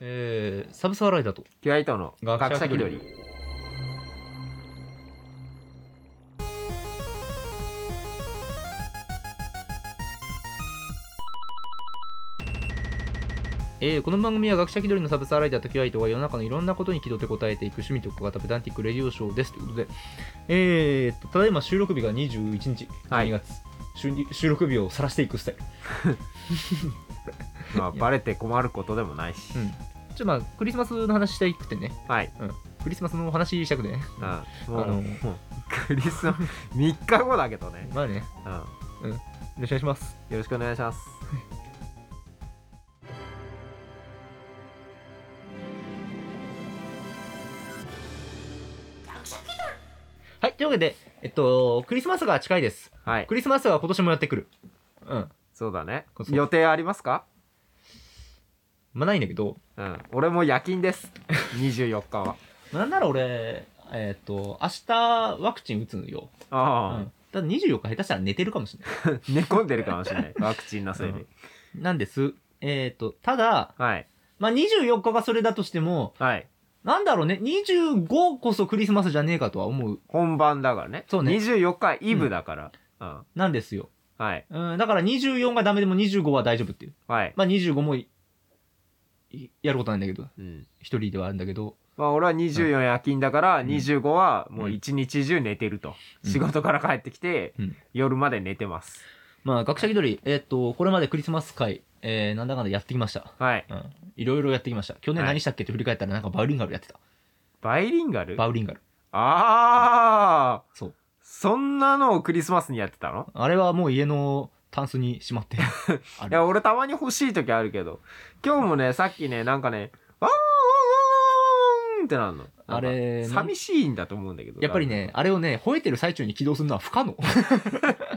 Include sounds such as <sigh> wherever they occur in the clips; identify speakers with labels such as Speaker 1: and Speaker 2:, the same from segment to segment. Speaker 1: えー、サブサーライダーと
Speaker 2: キュアイトの
Speaker 1: 学
Speaker 2: 学
Speaker 1: 者
Speaker 2: 者
Speaker 1: 気
Speaker 2: 気
Speaker 1: 取
Speaker 2: 取
Speaker 1: り
Speaker 2: り。
Speaker 1: えーこの番組は学者気取りのサブサーライダーとキュアイトが世の中のいろんなことに気取って答えていく趣味と小型ペダンティックレディオショーですということで、えーっと、ただいま収録日が21日、
Speaker 2: はい
Speaker 1: 2月、収収録日を晒していくスタイル。
Speaker 2: まあ、バレて困ることでもないし。
Speaker 1: うん。ちょっとまあ、クリスマスの話したいくてね、
Speaker 2: はい。
Speaker 1: クリスマスのお話したくてね。
Speaker 2: うん。もう、
Speaker 1: あの
Speaker 2: もうクリスマス、3日後だけどね。
Speaker 1: まあね、よ
Speaker 2: うん。よ
Speaker 1: ろしくお願いします。
Speaker 2: ろしくお願いします。
Speaker 1: はい、というわけで、えっと、クリスマスが近いです。
Speaker 2: はい
Speaker 1: ク。リスマスは今年もやってくる。うん。
Speaker 2: そうだね
Speaker 1: こ。そ
Speaker 2: 予定ありますか
Speaker 1: まあないんだけど、
Speaker 2: うん。俺も夜
Speaker 1: <laughs>
Speaker 2: 勤です。24日は。
Speaker 1: まあなんなら俺、えっと、明日ワクチン打つのよ。う
Speaker 2: あ
Speaker 1: ん。ただ24日下手したら寝てるかもしれない。
Speaker 2: あ、寝込んでるかもしれ
Speaker 1: <laughs>
Speaker 2: ない。ワクチンのせいで。
Speaker 1: なんです。えっと、ただ、
Speaker 2: はい。
Speaker 1: まあ24日がそれだとしても、
Speaker 2: はい。
Speaker 1: なんだろうね、25こそクリスマスじゃねえかとは思う。
Speaker 2: 本番だからね。
Speaker 1: そうね
Speaker 2: 24日イブだから。うん。
Speaker 1: なんですよ。
Speaker 2: はい。
Speaker 1: うん、だから24がダメでも25は大丈夫っていう。
Speaker 2: はい。
Speaker 1: まあ25もいいやることないんだけど、
Speaker 2: うん。
Speaker 1: 一人ではあるんだけど、
Speaker 2: まあ、俺は24夜勤だから、
Speaker 1: ん
Speaker 2: 25はもううん一日中寝てると、
Speaker 1: うん
Speaker 2: 仕事から帰ってきて、
Speaker 1: うん
Speaker 2: 夜まで寝てます
Speaker 1: まあ、学者気取り、えーっ、と、これまでクリスマス会、えー、なんだかんだやってきました。
Speaker 2: はい
Speaker 1: うん。いろいろやってきました。去年
Speaker 2: はい
Speaker 1: 何したっけって振り返ったら、なんかバウリンガルやってた。
Speaker 2: バイリンガル
Speaker 1: バ
Speaker 2: あ
Speaker 1: ウリンガル。
Speaker 2: あー
Speaker 1: そう。
Speaker 2: そんなのをクリスマスにやってたの
Speaker 1: あれはもう家のタンスにしまって。あ
Speaker 2: い
Speaker 1: れ
Speaker 2: や俺たまに欲しい時あるけど今日もねさっきねなんかねワンワンワンワンってなるの
Speaker 1: あれ
Speaker 2: なんか寂しいんだと思うんだけど
Speaker 1: やっぱりね、あれをね、吠えてる最中に起動するのは不
Speaker 2: <laughs>
Speaker 1: 可能。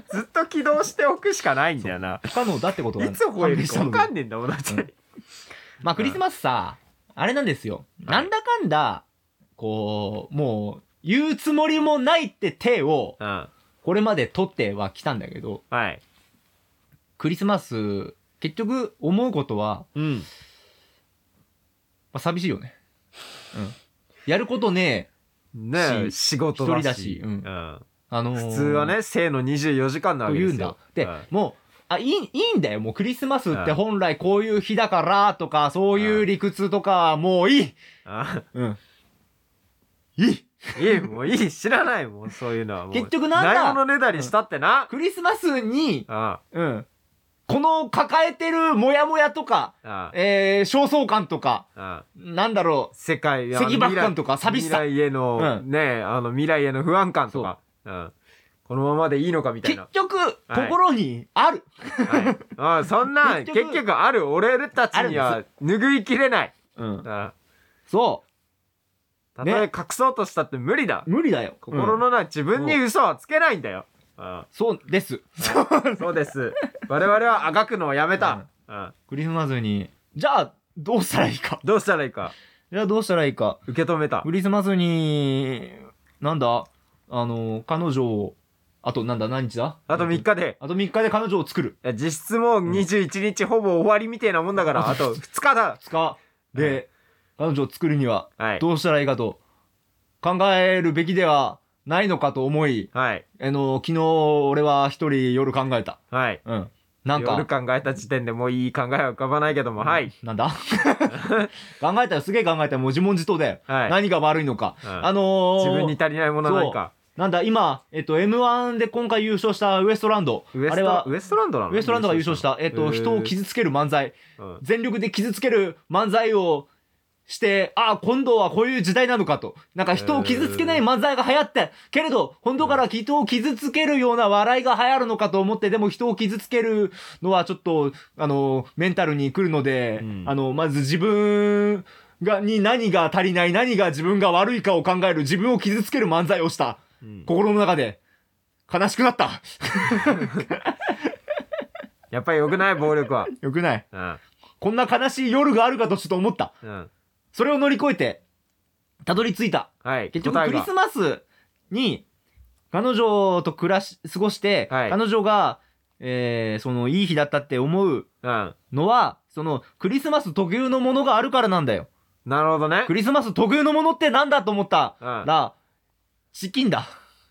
Speaker 2: ずっと起動しておくしかないんだよな
Speaker 1: 不可能だってことが
Speaker 2: いつ吠
Speaker 1: 判
Speaker 2: えるか分か
Speaker 1: 明したの
Speaker 2: んねえんだ俺たち、
Speaker 1: うんまあ、クリスマスさ、あれなんですよ。なんだかんだ、こう、もう、言うつもりもないって手を、
Speaker 2: うん
Speaker 1: これまで取ってはきたんだけど、
Speaker 2: はい
Speaker 1: クリスマス、結局思うことは、
Speaker 2: うん
Speaker 1: まあ、寂しいよね。うん。やることね、
Speaker 2: ねえ
Speaker 1: し
Speaker 2: 仕事だ
Speaker 1: 一
Speaker 2: し
Speaker 1: 人だしうん
Speaker 2: うん
Speaker 1: あのー
Speaker 2: 普通は、ね、生の24時間なわ
Speaker 1: と
Speaker 2: け
Speaker 1: 言うん
Speaker 2: です
Speaker 1: だ
Speaker 2: よ。。
Speaker 1: で、
Speaker 2: うん
Speaker 1: もう、あ、いい、いいんだよ。もうクリスマスって
Speaker 2: うん
Speaker 1: 本来こういう日だからとか、そういう理屈とか、もういい
Speaker 2: あ
Speaker 1: うん。いい
Speaker 2: いい、もういい、知らないもん、そういうのはも
Speaker 1: <laughs>
Speaker 2: う。
Speaker 1: 結局なんだ
Speaker 2: 内容のねだりしたってな。
Speaker 1: クリスマスに、
Speaker 2: あ
Speaker 1: うん。この抱えてるモヤモヤとか、
Speaker 2: あ、ああ、
Speaker 1: えー、焦燥感とか、
Speaker 2: ああ。
Speaker 1: なんだろ
Speaker 2: 世界や
Speaker 1: 赤爆感とか寂しさ
Speaker 2: 未来への、
Speaker 1: う
Speaker 2: ね、あの、未来への不安感とか。うん。このままでいいのかみ
Speaker 1: う、
Speaker 2: たい
Speaker 1: 結
Speaker 2: な。
Speaker 1: 局、心にある。
Speaker 2: はいああ、そんな、
Speaker 1: <laughs> 結
Speaker 2: 結
Speaker 1: 局
Speaker 2: 局ある、俺たちに
Speaker 1: ある
Speaker 2: は拭いきれない。
Speaker 1: うん。
Speaker 2: ああ
Speaker 1: そ
Speaker 2: たとえ隠そうとしたって無理だ
Speaker 1: う。。無理だよ。
Speaker 2: 心
Speaker 1: うん
Speaker 2: のない自分に嘘はつけないんだよ。あ
Speaker 1: そうです。
Speaker 2: あそうです。我々はあがくのをやめた。うん
Speaker 1: クリスマスに、じゃあ、どうしたらいいか。
Speaker 2: どうしたらいいか
Speaker 1: <laughs> じゃあ、どうしたらいいか。
Speaker 2: 受け止めた
Speaker 1: クリスマスに、なんだあの、彼女を、あと、なんだ、何日だ
Speaker 2: あと3。日で
Speaker 1: あと3日で彼女を作る。
Speaker 2: いや実質もう21日ほぼ終わりみたいなもんだから、あと2日だ
Speaker 1: 2日で、彼女を作るには、
Speaker 2: はい
Speaker 1: どうしたらいいかと、考えるべきではないのかと思い、
Speaker 2: はい
Speaker 1: あの、昨日、俺は一人夜考えた。
Speaker 2: はい
Speaker 1: うん。なんか、
Speaker 2: 夜考えた時点でもういい考えは浮かばないけども、はい
Speaker 1: <laughs> なんだ考えたらすげえ考えたらもう自問自答で、
Speaker 2: はい、
Speaker 1: 何が悪いのか。
Speaker 2: うん
Speaker 1: あのー、
Speaker 2: 自分に足りないものはないか
Speaker 1: なんだ、今、えっと、M1 で今回優勝したウエストランド。
Speaker 2: ウエ
Speaker 1: あ
Speaker 2: ス
Speaker 1: れは
Speaker 2: ト、ウエストランドなの
Speaker 1: ウエストランドが優勝した、えっと、人を傷つける漫才。
Speaker 2: うん
Speaker 1: 全力で傷つける漫才をして、ああ、今度はこういう時代なのかと。なんか人を傷つけない漫才が流行って、けれど、本当から人を傷つけるような笑いが流行るのかと思って、でも人を傷つけるのはちょっと、あの、メンタルに来るので、
Speaker 2: うん
Speaker 1: あの、まず自分、が、に何が足りない、何が自分が悪いかを考える、自分を傷つける漫才をした。
Speaker 2: うん
Speaker 1: 心の中で、悲しくなった。
Speaker 2: やっぱり良くない暴力は
Speaker 1: よくない。
Speaker 2: うん
Speaker 1: こんな悲しい夜があるかとちょっと思った。
Speaker 2: うん
Speaker 1: それを乗り越えて、たどり着いた。
Speaker 2: はい
Speaker 1: 結局、クリスマスに、彼女と暮らし、過ごして、
Speaker 2: はい
Speaker 1: 彼女が、えーそのいい日だったって思う
Speaker 2: うん。
Speaker 1: のは、そのクリスマス特有のものがあるからなんだよ。
Speaker 2: なるほどね
Speaker 1: ク。リスマス特有のものってなんだと思った
Speaker 2: うん。
Speaker 1: ら、チキンだ。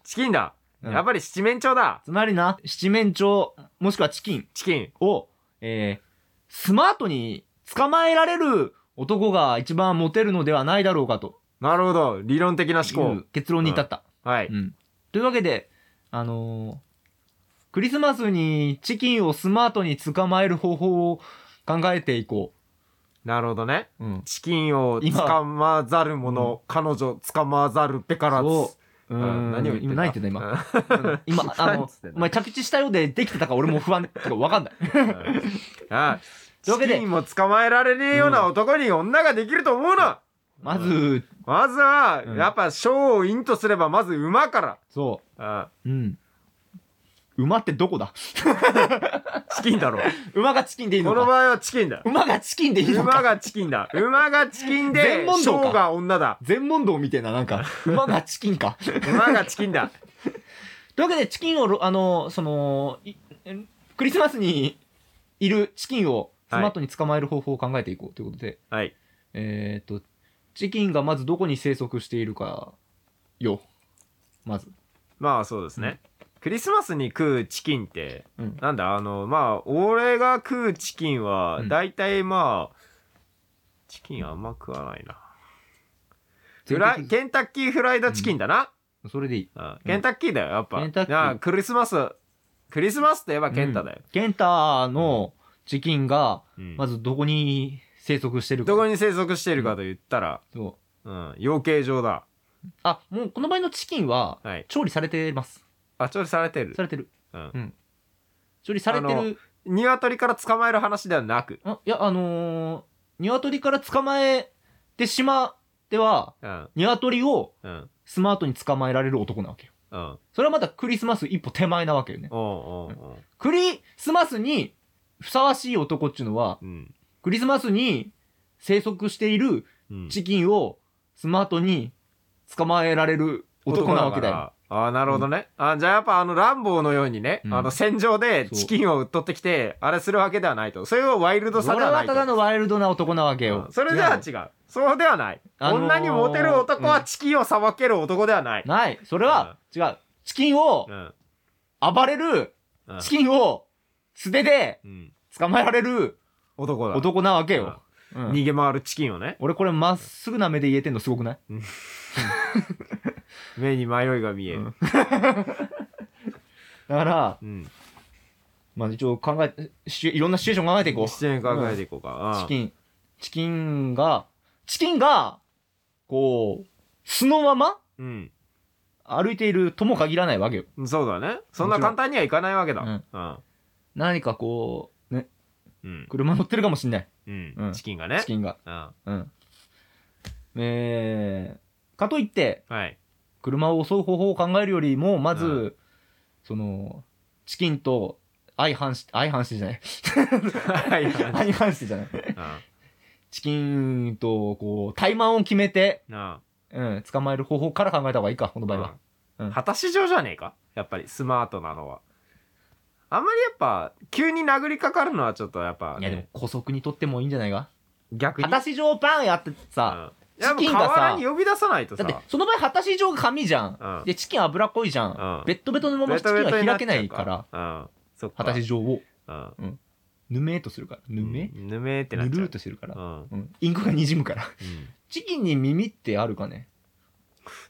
Speaker 2: チキンだ。
Speaker 1: うん
Speaker 2: やっぱり七面鳥だ。
Speaker 1: つまりな、七面鳥、もしくはチキン
Speaker 2: チキン。
Speaker 1: を、えースマートに捕まえられる男が一番モテるのではないだろうかと
Speaker 2: なるほど。理論的な
Speaker 1: いう
Speaker 2: 思考。
Speaker 1: 結論に至った。
Speaker 2: は
Speaker 1: う
Speaker 2: い。
Speaker 1: んというわけで、あのークリスマスにチキンをスマートに捕まえる方法を考えていこ
Speaker 2: なるほどね。
Speaker 1: う。うん。
Speaker 2: チキンを捕まざる者、彼女捕まざるべからず。
Speaker 1: そううん
Speaker 2: ん何を言って
Speaker 1: 今
Speaker 2: んだ
Speaker 1: 何言ってんだ今。
Speaker 2: うん
Speaker 1: うん <laughs> 今、
Speaker 2: <laughs>
Speaker 1: あ
Speaker 2: 何
Speaker 1: の
Speaker 2: つってん、だ
Speaker 1: お前着地したようでできてたか俺も不安、とかわかんない。 <laughs>
Speaker 2: はい
Speaker 1: というわけで
Speaker 2: チキンも捕まえられねえような男に女ができると思うな、
Speaker 1: まず、
Speaker 2: まずは、
Speaker 1: うん
Speaker 2: やっぱ賞をインとすればまず馬か
Speaker 1: そ
Speaker 2: ら、
Speaker 1: う。うん。馬ってどこだ
Speaker 2: うん、チキンだろこ
Speaker 1: 馬がチキンで <laughs> いいの
Speaker 2: の
Speaker 1: か
Speaker 2: 場合はチキンだ
Speaker 1: 馬がチキンでいいの
Speaker 2: 馬
Speaker 1: か
Speaker 2: がチキンだ馬がチキンで
Speaker 1: 全問答か
Speaker 2: 賞が女だ
Speaker 1: 全問答みたいな、なんか、馬がチキンか。
Speaker 2: 馬がチキンだ
Speaker 1: というわけで、チキンをろ、あの、その、いクリスマスにいるチキンをスマートに捕まえる方法を考えていこうということで、
Speaker 2: はい
Speaker 1: えーっと、チキンがまずどこに生息しているか、よ。まず。
Speaker 2: まあそうですね、クリスマスに食うチキンって
Speaker 1: うん。
Speaker 2: なんだあのまあ俺が食うチキンは
Speaker 1: うん
Speaker 2: 大体まあ、チキンあんま食わないなフ
Speaker 1: 全
Speaker 2: ラ
Speaker 1: 体的
Speaker 2: ケンタッキーフライドチキンだな、
Speaker 1: にそれでいい。
Speaker 2: うんケンタッキーだよやっぱ
Speaker 1: ケンタッキー
Speaker 2: なあクリスマスクリスマスといえばケンタだよ、
Speaker 1: ケンタのチキンが、
Speaker 2: うん
Speaker 1: まずどこに生息してるか。
Speaker 2: どこに生息しているかと言ったら、
Speaker 1: そう
Speaker 2: うん、養鶏場だ
Speaker 1: あ、もうこの場合のチキンは、
Speaker 2: はい
Speaker 1: 調理されてます。
Speaker 2: あ調理されてる
Speaker 1: されてる。
Speaker 2: うん
Speaker 1: 調理されて
Speaker 2: あの
Speaker 1: る。
Speaker 2: 鶏から捕まえる話ではなく、
Speaker 1: あいや、あのー、鶏から捕まえてしまっては、
Speaker 2: うん
Speaker 1: 鶏を
Speaker 2: うん
Speaker 1: スマートに捕まえられる男なわけよ。
Speaker 2: うん、
Speaker 1: それはまたクリスマス一歩手前なわけよね。
Speaker 2: おうおうおう
Speaker 1: クリスマスにふさわしい男っちゅうのは、
Speaker 2: うん
Speaker 1: クリスマスに生息している
Speaker 2: うん
Speaker 1: チキンをスマートに捕まえられる男なわけだよ。
Speaker 2: からああなるほどね、あじゃあやっぱあのランボーのようにね、
Speaker 1: うん
Speaker 2: あの戦場で
Speaker 1: そう
Speaker 2: チキンを取ってきてあれするわけではないとそれはワイルド
Speaker 1: そ
Speaker 2: さで
Speaker 1: れ
Speaker 2: はな
Speaker 1: はいた
Speaker 2: と
Speaker 1: だのワイルドな男なわけよ
Speaker 2: う。んそれでは違うそうではない、
Speaker 1: あのー
Speaker 2: 女にモテる男はチキンをさばける男ではない、
Speaker 1: ない。それは違う。チキンを
Speaker 2: うん
Speaker 1: 暴れる、
Speaker 2: うん
Speaker 1: チキンを素手で
Speaker 2: うん
Speaker 1: 捕まえられる
Speaker 2: 男だ
Speaker 1: 男なわけよ。うん
Speaker 2: 逃げ回るチキンをね
Speaker 1: 俺これまっすぐな目で言えてんのすごくない
Speaker 2: 目に迷いが見える、
Speaker 1: だから、
Speaker 2: うん
Speaker 1: まあ一応考え、しいろんなシチュエーション考えていこう。
Speaker 2: 視点考えていこうか、うん
Speaker 1: チキン。チキンが、チキンが、こう、素のまま
Speaker 2: うん、
Speaker 1: 歩いているとも限らないわけよ。
Speaker 2: そうだねそんな簡単にはいかないわけだ
Speaker 1: う
Speaker 2: うん
Speaker 1: ん
Speaker 2: うん
Speaker 1: 何かこう、ね、
Speaker 2: うん
Speaker 1: 車乗ってるかもしんない。うん
Speaker 2: チキンがね
Speaker 1: チキンが。
Speaker 2: うん
Speaker 1: うん。えー、かといって、 <laughs>
Speaker 2: はい
Speaker 1: 車を襲う方法を考えるよりも、まず、
Speaker 2: う
Speaker 1: その、チキンと相反し、相反してじゃ
Speaker 2: <laughs>
Speaker 1: ない。
Speaker 2: はい
Speaker 1: <laughs>
Speaker 2: うん
Speaker 1: 相反してじゃない。チキンと、こう、怠慢を決めて、
Speaker 2: な
Speaker 1: うん、捕まえる方法から考えた方がいいか、この場合は。
Speaker 2: う
Speaker 1: うんん
Speaker 2: 果たし状じゃねえかやっぱりスマートなのはあんまりやっぱ急に殴りかかるのはちょっとやっぱ、
Speaker 1: いや、でも
Speaker 2: ね、、
Speaker 1: 古速にとってもいいんじゃないか
Speaker 2: 逆に
Speaker 1: 果たし状パンやってさ、
Speaker 2: うん、いやもう
Speaker 1: チキンがさ
Speaker 2: 河原に呼び出さないと
Speaker 1: だ
Speaker 2: さ
Speaker 1: って、その場合、果たし状が紙じゃん。
Speaker 2: うん
Speaker 1: で、チキン脂っこいじゃん。
Speaker 2: うん
Speaker 1: ベッドベトのままチキンは開けないから、
Speaker 2: うんそっ
Speaker 1: 果
Speaker 2: か
Speaker 1: たし状を、
Speaker 2: うん
Speaker 1: ぬめーっとするから。ぬめ、
Speaker 2: うんぬめーってなっ
Speaker 1: ぬ
Speaker 2: ちゃう
Speaker 1: るーっとするから
Speaker 2: う。ん
Speaker 1: うん。インクが滲むから。 <laughs>
Speaker 2: うん
Speaker 1: チキンに耳ってあるかね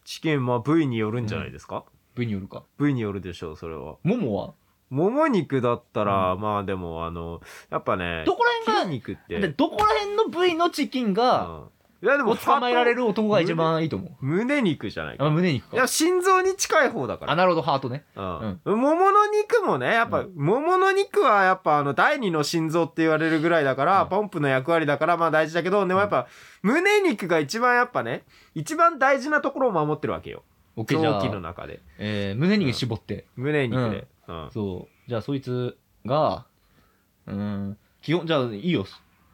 Speaker 2: チキンまあ部位によるんじゃないですか、
Speaker 1: 部によるか。
Speaker 2: 部位によるでしょうそれは
Speaker 1: ももは
Speaker 2: もも肉だったら、まあでもあのやっぱね
Speaker 1: どこら
Speaker 2: 筋
Speaker 1: 辺が、
Speaker 2: 肉っ
Speaker 1: だ
Speaker 2: て
Speaker 1: ってどこら辺の部位のチキンが、
Speaker 2: うんいやでも
Speaker 1: を捕まえられ
Speaker 2: る
Speaker 1: る男が一番いいと思う。
Speaker 2: 胸肉じゃないか
Speaker 1: あ、胸肉
Speaker 2: い
Speaker 1: か
Speaker 2: や。心臓に近い方だか
Speaker 1: あ、
Speaker 2: ら
Speaker 1: なるほど、ハートね。
Speaker 2: うん桃の肉もねやっぱ、
Speaker 1: う
Speaker 2: 桃の肉はやっぱあの第二の心臓って言われるぐらいだから、
Speaker 1: うん
Speaker 2: ポンプの役割だからまあ大事だけどでもやっぱ、胸肉が一番やっぱね一番大事なところを守ってるわけよ
Speaker 1: OK、じゃ
Speaker 2: 臓器の
Speaker 1: あ、
Speaker 2: 中で
Speaker 1: えー、胸肉絞って。
Speaker 2: 胸肉で、うん
Speaker 1: そう。じゃあ、そいつが、うーん、基本、じゃあ、いいよ。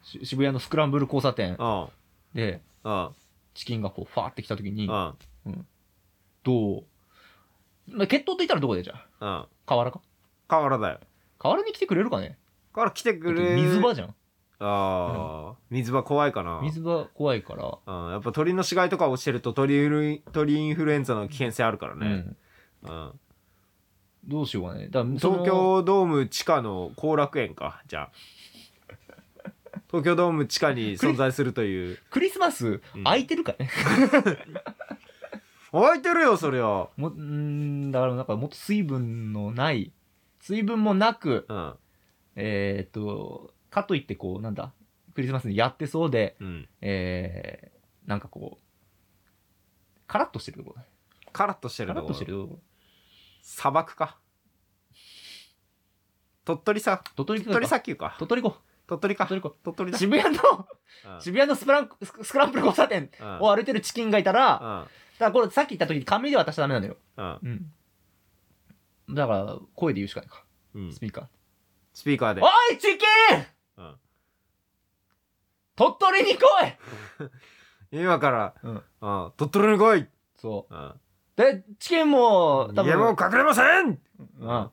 Speaker 1: し渋谷のスクランブル交差点
Speaker 2: うんうん
Speaker 1: で、
Speaker 2: うん
Speaker 1: チキンがこう、ファーって来た時に
Speaker 2: う、ん
Speaker 1: どう、まあ、血統といったらどこでじゃあ
Speaker 2: うん
Speaker 1: 河原か
Speaker 2: 河原だよ
Speaker 1: 河原に来てくれるかね
Speaker 2: から来てく
Speaker 1: だっ
Speaker 2: れ
Speaker 1: て
Speaker 2: る
Speaker 1: 水場じゃん
Speaker 2: ああ、水場怖いかな
Speaker 1: 水場怖いから、
Speaker 2: うん、やっぱ鳥の死骸とか落ちてると鳥インフル鳥インフルエンザの危険性あるから
Speaker 1: う
Speaker 2: ね、
Speaker 1: ん
Speaker 2: うん
Speaker 1: どうしようかねだからその
Speaker 2: 東京ドーム地下の後楽園かじゃあ東京ドーム地下に存在するという
Speaker 1: クリスマス
Speaker 2: うん
Speaker 1: 空いてるかね、
Speaker 2: 開いてるよそりゃ
Speaker 1: もうーんだからなんかもっと水分のない水分もなく
Speaker 2: うん
Speaker 1: えーっとかといってこうなんだクリスマスにやってそうで
Speaker 2: うん
Speaker 1: えー、なんかこうカラッとしてるところ
Speaker 2: カラッとしてる
Speaker 1: カ
Speaker 2: と
Speaker 1: ラッ
Speaker 2: こ
Speaker 1: し
Speaker 2: と
Speaker 1: てるところ
Speaker 2: 砂漠か鳥取さ
Speaker 1: 鳥取
Speaker 2: 鳥
Speaker 1: 行こ
Speaker 2: 取砂丘か
Speaker 1: う鳥取行こ
Speaker 2: 鳥取
Speaker 1: う
Speaker 2: か
Speaker 1: 鳥取行こ
Speaker 2: 鳥取
Speaker 1: う
Speaker 2: だ
Speaker 1: 渋谷の
Speaker 2: うん
Speaker 1: 渋谷のスプランススクランブル交差点
Speaker 2: うん
Speaker 1: を歩いてるチキンがいたら、だか
Speaker 2: うん
Speaker 1: らこれさっき言った時に紙で渡しちゃダメなんだよ。
Speaker 2: うん
Speaker 1: うん。だから、声で言うしかないか。
Speaker 2: うん
Speaker 1: スピーカー。
Speaker 2: スピーカーで
Speaker 1: おい、チキン
Speaker 2: うん
Speaker 1: 鳥取に来い
Speaker 2: 今から
Speaker 1: うん
Speaker 2: うん鳥取に来い
Speaker 1: そ
Speaker 2: うん
Speaker 1: う。で、チキンも、多
Speaker 2: 逃げ
Speaker 1: 分、
Speaker 2: も隠れません
Speaker 1: うん、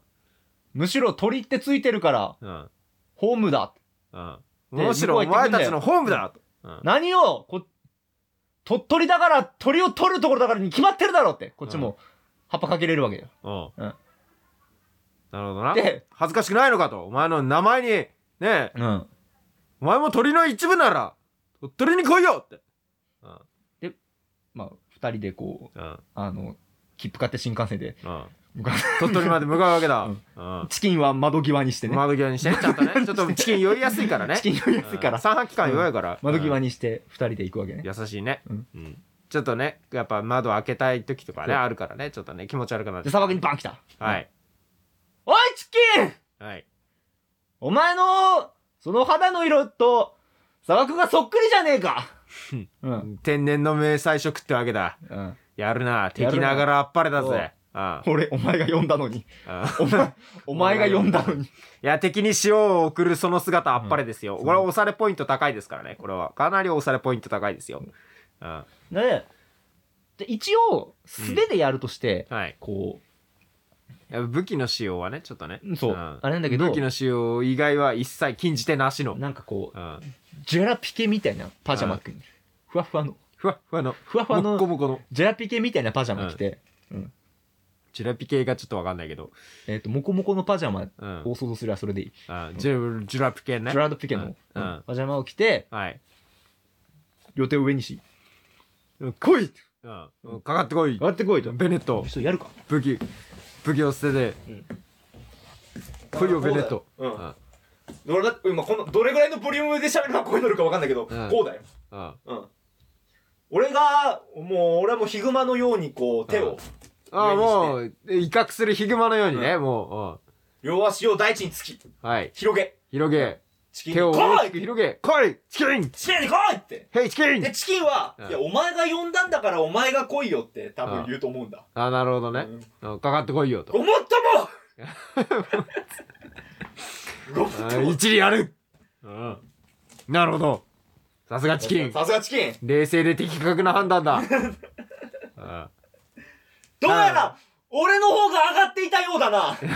Speaker 1: むしろ鳥ってついてるから、
Speaker 2: うん
Speaker 1: ホームだ。
Speaker 2: うん
Speaker 1: で
Speaker 2: むしろお
Speaker 1: 向こう行ってく
Speaker 2: 前
Speaker 1: んだよ
Speaker 2: たちのホームだとうん
Speaker 1: 何を、こ、鳥取だから、鳥を取るところだからに決まってるだろうって、こっち
Speaker 2: う
Speaker 1: も、葉っぱかけれるわけよ。
Speaker 2: うん。
Speaker 1: うん
Speaker 2: なるほどな。
Speaker 1: で
Speaker 2: 恥ずかしくないのかと。お前の名前に、ねえ、
Speaker 1: うん。
Speaker 2: お前も鳥の一部なら、鳥取に来いよって。うん。
Speaker 1: まあ、二人でこう、
Speaker 2: うん。
Speaker 1: あの、切符買って新幹線で、
Speaker 2: うん。
Speaker 1: 向かう
Speaker 2: 鳥取まで向かうわけだ。
Speaker 1: <laughs> う
Speaker 2: うんん。うん
Speaker 1: チキンは窓際にしてね。
Speaker 2: 窓際にして、ちゃんと
Speaker 1: <laughs>
Speaker 2: ね。ちょっとチキン酔いやすいからね。
Speaker 1: チキン寄りやすいから、
Speaker 2: 三半期間弱いから。
Speaker 1: <laughs> 窓際
Speaker 2: に。
Speaker 1: にして2人で行くわけね。
Speaker 2: 優しいね。
Speaker 1: う
Speaker 2: うんん。ちょっとね、やっぱ窓開けたい時とかね、
Speaker 1: そう
Speaker 2: あるからね、ちょっとね、気持ち悪くなっ
Speaker 1: で、
Speaker 2: て。
Speaker 1: 砂漠にバン来た。
Speaker 2: は。い。
Speaker 1: おい、チキン
Speaker 2: はい。
Speaker 1: お前の、その肌の色と、砂漠がそっくりじゃねえ
Speaker 2: <laughs>
Speaker 1: か。うん。
Speaker 2: 天然の迷彩色ってわけだ。
Speaker 1: うん。
Speaker 2: やるな。
Speaker 1: やるな
Speaker 2: 敵ながらあっぱれだぜ。うん。
Speaker 1: 俺、お前が呼んだのに。
Speaker 2: うん
Speaker 1: お前、お前が呼んだのに。
Speaker 2: いや、敵に塩を送るその姿あっぱれですよ。
Speaker 1: うん
Speaker 2: これは押されポイント高いですからね。これは。かなり押されポイント高いですよ。うん。
Speaker 1: で、で一応、素手でやるとして、
Speaker 2: はい。
Speaker 1: こ
Speaker 2: やっぱ武器の使用はね、ちょっとね。
Speaker 1: う、そう、
Speaker 2: ん
Speaker 1: あれなんだけ
Speaker 2: 武
Speaker 1: ど
Speaker 2: 器、の使用以外は一切禁じてなしの。
Speaker 1: なんかこう、
Speaker 2: うん。
Speaker 1: ジェラピケみたいなパジャマ着てふわふわの、
Speaker 2: ふわっふわの、
Speaker 1: ふわふわ
Speaker 2: もっ
Speaker 1: の、
Speaker 2: こもこの、
Speaker 1: ジェラピケみたいなパジャマ着て、
Speaker 2: ジュラピ系がちょっとわかんないけど。
Speaker 1: えっと、モコモコのパジャマ
Speaker 2: うん。う
Speaker 1: を
Speaker 2: ん
Speaker 1: 想像すればそれでいい。
Speaker 2: ジュジュラピ系ね
Speaker 1: ジュ。ラードピケの、
Speaker 2: うんうん
Speaker 1: パジャマを着て、
Speaker 2: はい。
Speaker 1: 両手を上にし、
Speaker 2: 来いうん。かかってこい
Speaker 1: 上。がってこいと。
Speaker 2: ベネット、
Speaker 1: 人やるか。
Speaker 2: 武器、武器を捨
Speaker 1: う
Speaker 2: て
Speaker 1: ん
Speaker 2: て。来いよ、ベネット。
Speaker 1: うん
Speaker 2: うん。
Speaker 1: 俺だ今この、どれぐらいのボリュームで喋るのが声乗るか分かんないけど、
Speaker 2: うん
Speaker 1: こうだよ。
Speaker 2: う
Speaker 1: う
Speaker 2: ん。
Speaker 1: ん。俺が、もう、俺はもうヒグマのようにこう、手
Speaker 2: う
Speaker 1: を
Speaker 2: ん、ああ、もう、威嚇するヒグマのようにね、も
Speaker 1: 両足を大地につき、
Speaker 2: う、うんはい。
Speaker 1: 広げ、
Speaker 2: 広げ、
Speaker 1: チキンに
Speaker 2: 手を大き
Speaker 1: 来
Speaker 2: く
Speaker 1: い
Speaker 2: 広げ、来いチキン
Speaker 1: チキンに来いって。
Speaker 2: ヘイチキ
Speaker 1: で、
Speaker 2: ン
Speaker 1: チキンは、
Speaker 2: うん
Speaker 1: いや、お前が呼んだんだからお前が来いよって多分言うと思うんだ。
Speaker 2: あ、なるほど
Speaker 1: う
Speaker 2: ね。
Speaker 1: ん
Speaker 2: うんかかってこいよと。
Speaker 1: ごもっ
Speaker 2: <laughs>
Speaker 1: ともごもっ
Speaker 2: あ
Speaker 1: と
Speaker 2: ー
Speaker 1: も
Speaker 2: 一理あるうん。なるほど。さすがチキン。
Speaker 1: さすがチキン
Speaker 2: 冷静で的確な判断 <laughs> だ。うん
Speaker 1: どうや
Speaker 2: うん
Speaker 1: ら、俺の方が上がっていたようだ
Speaker 2: <laughs>
Speaker 1: な。って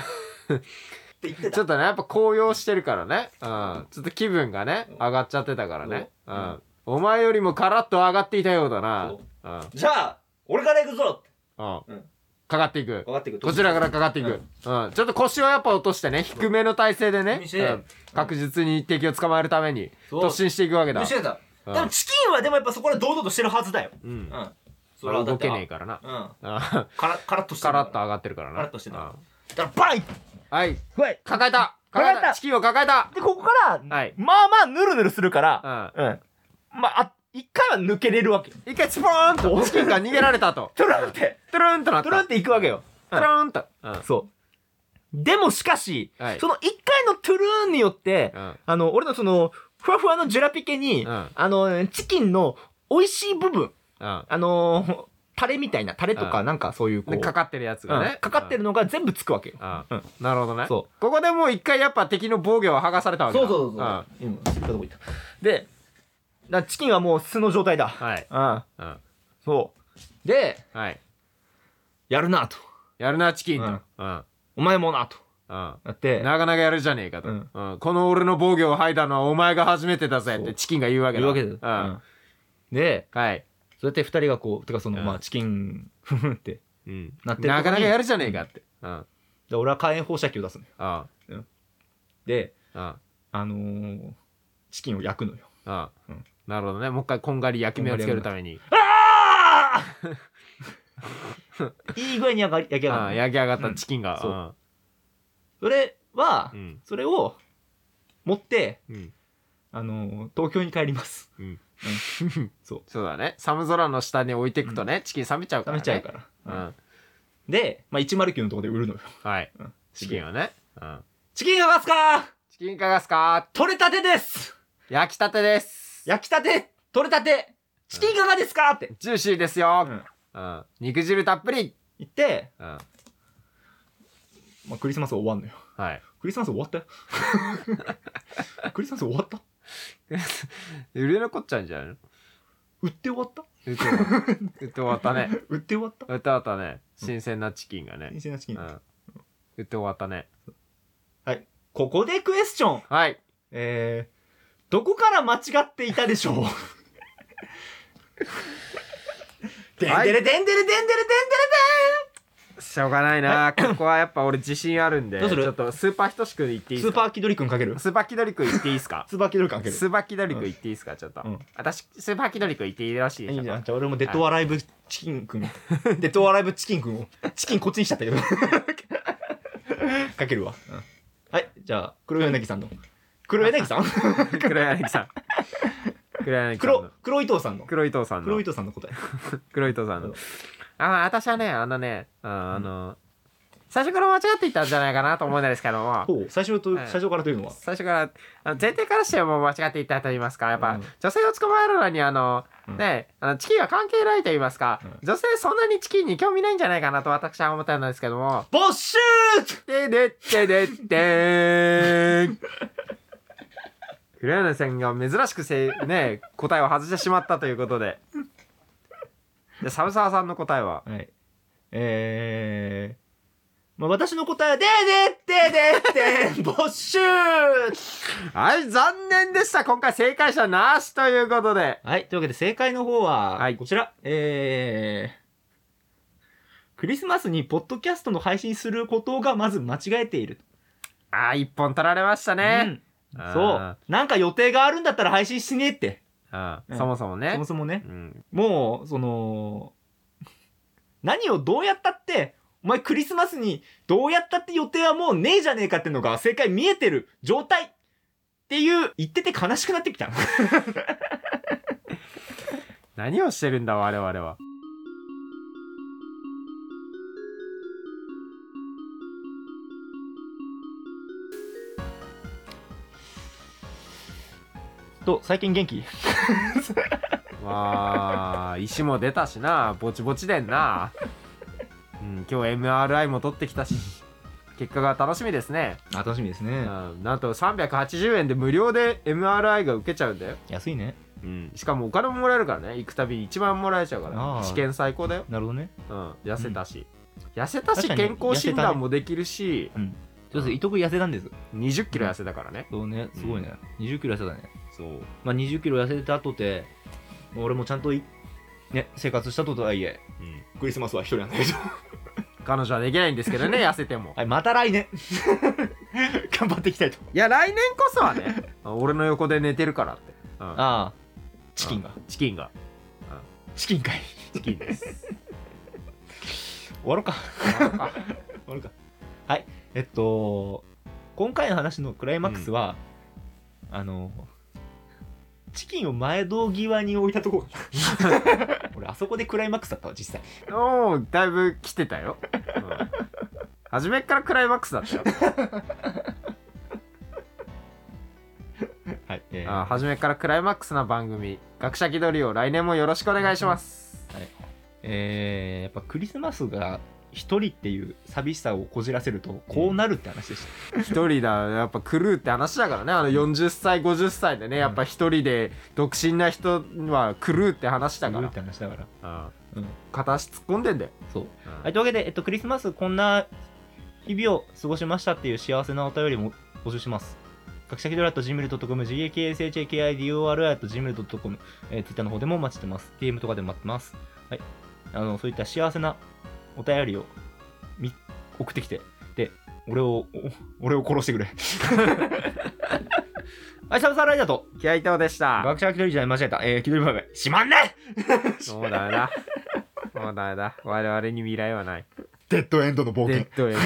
Speaker 1: 言って
Speaker 2: ち
Speaker 1: た
Speaker 2: ょ。っとね、やっぱ高揚してるからね。うん。ちょっと気分がね、上がっちゃってたからね。
Speaker 1: う
Speaker 2: うんん。お前よりもカラッと上がっていたようだな。うん。うん。
Speaker 1: じゃあ、俺から行くぞって。
Speaker 2: か
Speaker 1: うん
Speaker 2: かっていく。
Speaker 1: 分かってくる。
Speaker 2: こちらからかかっていく。うん。ちょっと腰をやっぱ落としてね、低めの体勢で
Speaker 1: 低
Speaker 2: ね
Speaker 1: めに、して
Speaker 2: うん、確実に敵を捕まえるために、
Speaker 1: そう
Speaker 2: 突進していくわけだ。
Speaker 1: 後ろだ。
Speaker 2: うん
Speaker 1: でもチキンはでもやっぱそこら堂々としてるはずだよ。
Speaker 2: う。
Speaker 1: うんん。そ
Speaker 2: そ
Speaker 1: れ
Speaker 2: れ
Speaker 1: は
Speaker 2: は
Speaker 1: だ
Speaker 2: 動
Speaker 1: って
Speaker 2: けねえからな。
Speaker 1: うん。
Speaker 2: あ
Speaker 1: カラカラッと <laughs> してる
Speaker 2: カラッと
Speaker 1: から。
Speaker 2: 上がってるからな。
Speaker 1: カラッとしてる
Speaker 2: う
Speaker 1: から
Speaker 2: ん
Speaker 1: だからバイ
Speaker 2: はい。
Speaker 1: はい。
Speaker 2: 抱えた
Speaker 1: 抱えた
Speaker 2: チキンを抱えた
Speaker 1: で、ここから、
Speaker 2: はい
Speaker 1: まあまあヌルヌルするから、
Speaker 2: う
Speaker 1: うん。まあ、あ一回は抜けれるわけ。
Speaker 2: ん。一回スポーンとチキンが逃げられた
Speaker 1: <laughs>
Speaker 2: と。
Speaker 1: トゥルンって、
Speaker 2: トゥルンとなった。
Speaker 1: トゥルンって行くわけよ。
Speaker 2: トゥルンと。うん。
Speaker 1: そう。でもしかし、
Speaker 2: はい
Speaker 1: その一回のトゥルーンによって、
Speaker 2: うん
Speaker 1: あの、俺のその、ふわふわのジュラピケに、
Speaker 2: うん
Speaker 1: あの、チキンの美味しい部分、
Speaker 2: うん。
Speaker 1: あの、タレみたいな、タレとか
Speaker 2: うん
Speaker 1: なんかそういうこ
Speaker 2: で
Speaker 1: う、
Speaker 2: かかってるやつが
Speaker 1: う
Speaker 2: ね
Speaker 1: ん。かかってるのが全部つくわけよ。
Speaker 2: うん。うん
Speaker 1: うん
Speaker 2: なるほどね。
Speaker 1: そ
Speaker 2: ここでもう一回やっぱ敵の防御を剥がされたわけだ。ん
Speaker 1: 今、そういったとこ行った。で、だチキンはもう素の状態だ。
Speaker 2: はい。
Speaker 1: うん。
Speaker 2: うん。
Speaker 1: そう。で、
Speaker 2: はい。
Speaker 1: やるなと。
Speaker 2: やるな、チキン
Speaker 1: う
Speaker 2: と
Speaker 1: ん。
Speaker 2: うん。
Speaker 1: お前もなと。
Speaker 2: うん
Speaker 1: だって
Speaker 2: なかなかやるじゃねえかと、
Speaker 1: う
Speaker 2: うんんこの俺の防御を吐いたのはお前が初めてだぜってチキンが言うわけ
Speaker 1: い
Speaker 2: だ
Speaker 1: うわけで、
Speaker 2: うん
Speaker 1: うんで
Speaker 2: はい、
Speaker 1: そうやって2人がこうてかその、
Speaker 2: うん
Speaker 1: まあチキン <laughs> ふふんって
Speaker 2: うん、
Speaker 1: な
Speaker 2: な
Speaker 1: ってる
Speaker 2: かなかやるじゃねえかってうん
Speaker 1: で俺は火炎放射器を出すのよ
Speaker 2: あ
Speaker 1: で
Speaker 2: ああ
Speaker 1: あのーチキンを焼くのよ
Speaker 2: ああ
Speaker 1: うん
Speaker 2: なるほどねもう一回こんがり焼き目をつけるために
Speaker 1: ああ <laughs> いい具合に焼か焼き上
Speaker 2: あ
Speaker 1: が
Speaker 2: あ
Speaker 1: るの
Speaker 2: 焼き上がったチキンが、
Speaker 1: そう
Speaker 2: う
Speaker 1: そ
Speaker 2: ん
Speaker 1: れは、
Speaker 2: うん
Speaker 1: それを持って、
Speaker 2: うん
Speaker 1: あのー東京に帰ります
Speaker 2: うん
Speaker 1: うんそう
Speaker 2: そうだね寒空の下に置いていくとね、チキン冷めちゃうか
Speaker 1: 冷め
Speaker 2: ら、ね、
Speaker 1: ちゃうから、うん
Speaker 2: うん
Speaker 1: で、まあ、109のとこで売るのよ
Speaker 2: はい
Speaker 1: うん
Speaker 2: チキンをね、うん、
Speaker 1: チキンがますか
Speaker 2: チキンいかがすか
Speaker 1: 取れたてです
Speaker 2: 焼きたてです
Speaker 1: 焼きたて取れたてチキンいかがですかって
Speaker 2: ジューシーですよ、
Speaker 1: うん
Speaker 2: うん、肉汁たっぷり、
Speaker 1: 言って、
Speaker 2: うん、
Speaker 1: まあ、クリスマス終わんのよ
Speaker 2: はい
Speaker 1: クリスマス終わったよクリスマス終わった
Speaker 2: 売れ残っちゃうんじ
Speaker 1: <laughs>
Speaker 2: ゃないの
Speaker 1: 売って終わった
Speaker 2: 売って終わった売って終わったね
Speaker 1: 売って終わった
Speaker 2: 売って終わったね新鮮なチキンがね
Speaker 1: 新鮮なチキ
Speaker 2: う
Speaker 1: ン、
Speaker 2: ん売って終わったね
Speaker 1: ここでクエスチョン
Speaker 2: はい
Speaker 1: えー、どこから間違っていたでしょうでんでれでんでれでんでれでんでれで
Speaker 2: しょうがないなここはやっぱ俺自信あるんで
Speaker 1: どうする
Speaker 2: ちょっとスーパーひとしくん言ってい
Speaker 1: ん
Speaker 2: い
Speaker 1: ス
Speaker 2: で
Speaker 1: ー
Speaker 2: すか
Speaker 1: パー気取りくんかける
Speaker 2: スーパーキドリくん言っていいですか
Speaker 1: スーパー気取りくんかける
Speaker 2: スーパーキドリくん言っていいですかちょっと
Speaker 1: うん
Speaker 2: 私スーパーキドリくん言っていいらしいで
Speaker 1: い
Speaker 2: し
Speaker 1: い
Speaker 2: ょ
Speaker 1: じゃんじゃあ俺もデッドアライブチキンくんデッドアライブチキンくんをチキンこっちにしちゃったけどかけるわ、うんはいじゃあ黒柳さんの黒柳さん
Speaker 2: 黒
Speaker 1: <laughs>
Speaker 2: 柳さん黒柳さん
Speaker 1: 黒
Speaker 2: の
Speaker 1: 黒伊藤さんの
Speaker 2: 黒伊藤さん
Speaker 1: 黒
Speaker 2: の
Speaker 1: 伊藤さんの答え
Speaker 2: 黒伊藤さん
Speaker 1: うん
Speaker 2: のあ私はねあのねうんあの最初から間違っていたんじゃないかなと思うんですけども
Speaker 1: ほう最初と
Speaker 2: はい
Speaker 1: 最初からというのは
Speaker 2: 最初からあの前提からしてもう間違っていたと言いますかやっぱ、
Speaker 1: うん
Speaker 2: 女性を捕まえるのにあの、
Speaker 1: うん
Speaker 2: ねあのチキンは関係ないと言いますか、
Speaker 1: うん
Speaker 2: 女性そんなにチキンに興味ないんじゃないかなと私は思ったんですけ
Speaker 1: <laughs>
Speaker 2: ども
Speaker 1: ボッシュー
Speaker 2: でででででーん黒柳さんが珍しくせね答えを外してしまったということででサブサワさんの答えは
Speaker 1: はい。えー、まあ私の答えは、ででででで没収
Speaker 2: はい残念でした今回正解者なしということで
Speaker 1: はい、というわけで正解の方は、
Speaker 2: はい
Speaker 1: こちら。えー、クリスマスにポッドキャストの配信することがまず間違えている。
Speaker 2: あー一本取られましたね、
Speaker 1: う。
Speaker 2: うんん
Speaker 1: そう。なんか予定があるんだったら配信しねえって。
Speaker 2: うん
Speaker 1: うん
Speaker 2: そもそもね
Speaker 1: そもそもね。
Speaker 2: うん、
Speaker 1: もう、その、何をどうやったって、お前クリスマスにどうやったって予定はもうねえじゃねえかってのが正解見えてる状態っていう、言ってて悲しくなってきた。
Speaker 2: 何をしてるんだ我々は
Speaker 1: と、最近元気 <laughs>
Speaker 2: まあ石も出たしなぼちぼちでんな、うん、今日 MRI も取ってきたし結果が楽しみですね、
Speaker 1: あ、楽しみです
Speaker 2: う
Speaker 1: ね。
Speaker 2: ん、なんと380円で無料で MRI が受けちゃうんだよ、
Speaker 1: 安いね。
Speaker 2: うん、しかもお金ももらえるからね行くたびに1万もらえちゃうか
Speaker 1: ああ
Speaker 2: ら試験最高だよ、
Speaker 1: なるほどね。
Speaker 2: うん、痩せたし、痩せた
Speaker 1: 確
Speaker 2: し
Speaker 1: かに
Speaker 2: 健康診
Speaker 1: 痩せたね
Speaker 2: 断もできるし、
Speaker 1: うん。そうです、伊藤君痩せたんです。
Speaker 2: 2 0キロ痩せたからね、
Speaker 1: そうね、すごいね。20キロ痩せたね。
Speaker 2: そう
Speaker 1: まあ、20キロ痩せた後で、俺もちゃんとい、ね、生活したとはいえ、
Speaker 2: うん、
Speaker 1: クリスマスは一人なんだけ <laughs> ど。
Speaker 2: 彼女はできないんですけ
Speaker 1: <laughs>
Speaker 2: どね痩せても
Speaker 1: はい、また来年。 <laughs> 頑張っていきたいと。
Speaker 2: いや来年こそは <laughs> ね俺の横で寝てるからって、うん
Speaker 1: ああ、チキンが。
Speaker 2: チキンが
Speaker 1: チキンかい。<laughs>
Speaker 2: チキンです
Speaker 1: 終わろうか。終わろうか。はい。えっと、今回の話のクライマックスは、あの、チキンを前道際に置いたとこ <laughs> かな俺、あそこでクライマックスだったわ、実際。
Speaker 2: おおだいぶ来てたよ、うん初めっからクライマックスだった <laughs> よ、
Speaker 1: はい。えー
Speaker 2: あー初めっからクライマックスな番組「学者気取り」を来年もよろしくお願いします
Speaker 1: えーやっぱクリスマスが一人っていう寂しさをこじらせると、こうなるって話でした。
Speaker 2: 一人だやっぱ狂うって話だからねあの40歳50歳でねやっぱ一人で独身な人は狂うって話だか
Speaker 1: 言う
Speaker 2: ら
Speaker 1: って話だから。、
Speaker 2: うん
Speaker 1: うん
Speaker 2: 片足突っ込んでんだよ、
Speaker 1: そう。
Speaker 2: うん
Speaker 1: はい、というわけで、えっと、クリスマスこんな日々を過ごしましたっていう幸せなお便りも募集します。学者気取り .gmail.com、gakshakidor.gmail.com、えー、Twitter の方でもお待ちしてます。DM とかでも待ってます。はい。あの、そういった幸せなお便りをみ送ってきて、で、俺を、 <laughs> お俺を殺してくれ。 <laughs> はい、サブサーライダーと、
Speaker 2: 気合いとでした。
Speaker 1: 学者気取りじゃない、間違えた。えー、気取りバイバイ。しまんね
Speaker 2: もうダメだ。もうダメだ。我々に未来はない。
Speaker 1: デッドエンドの冒
Speaker 2: デッドエンド。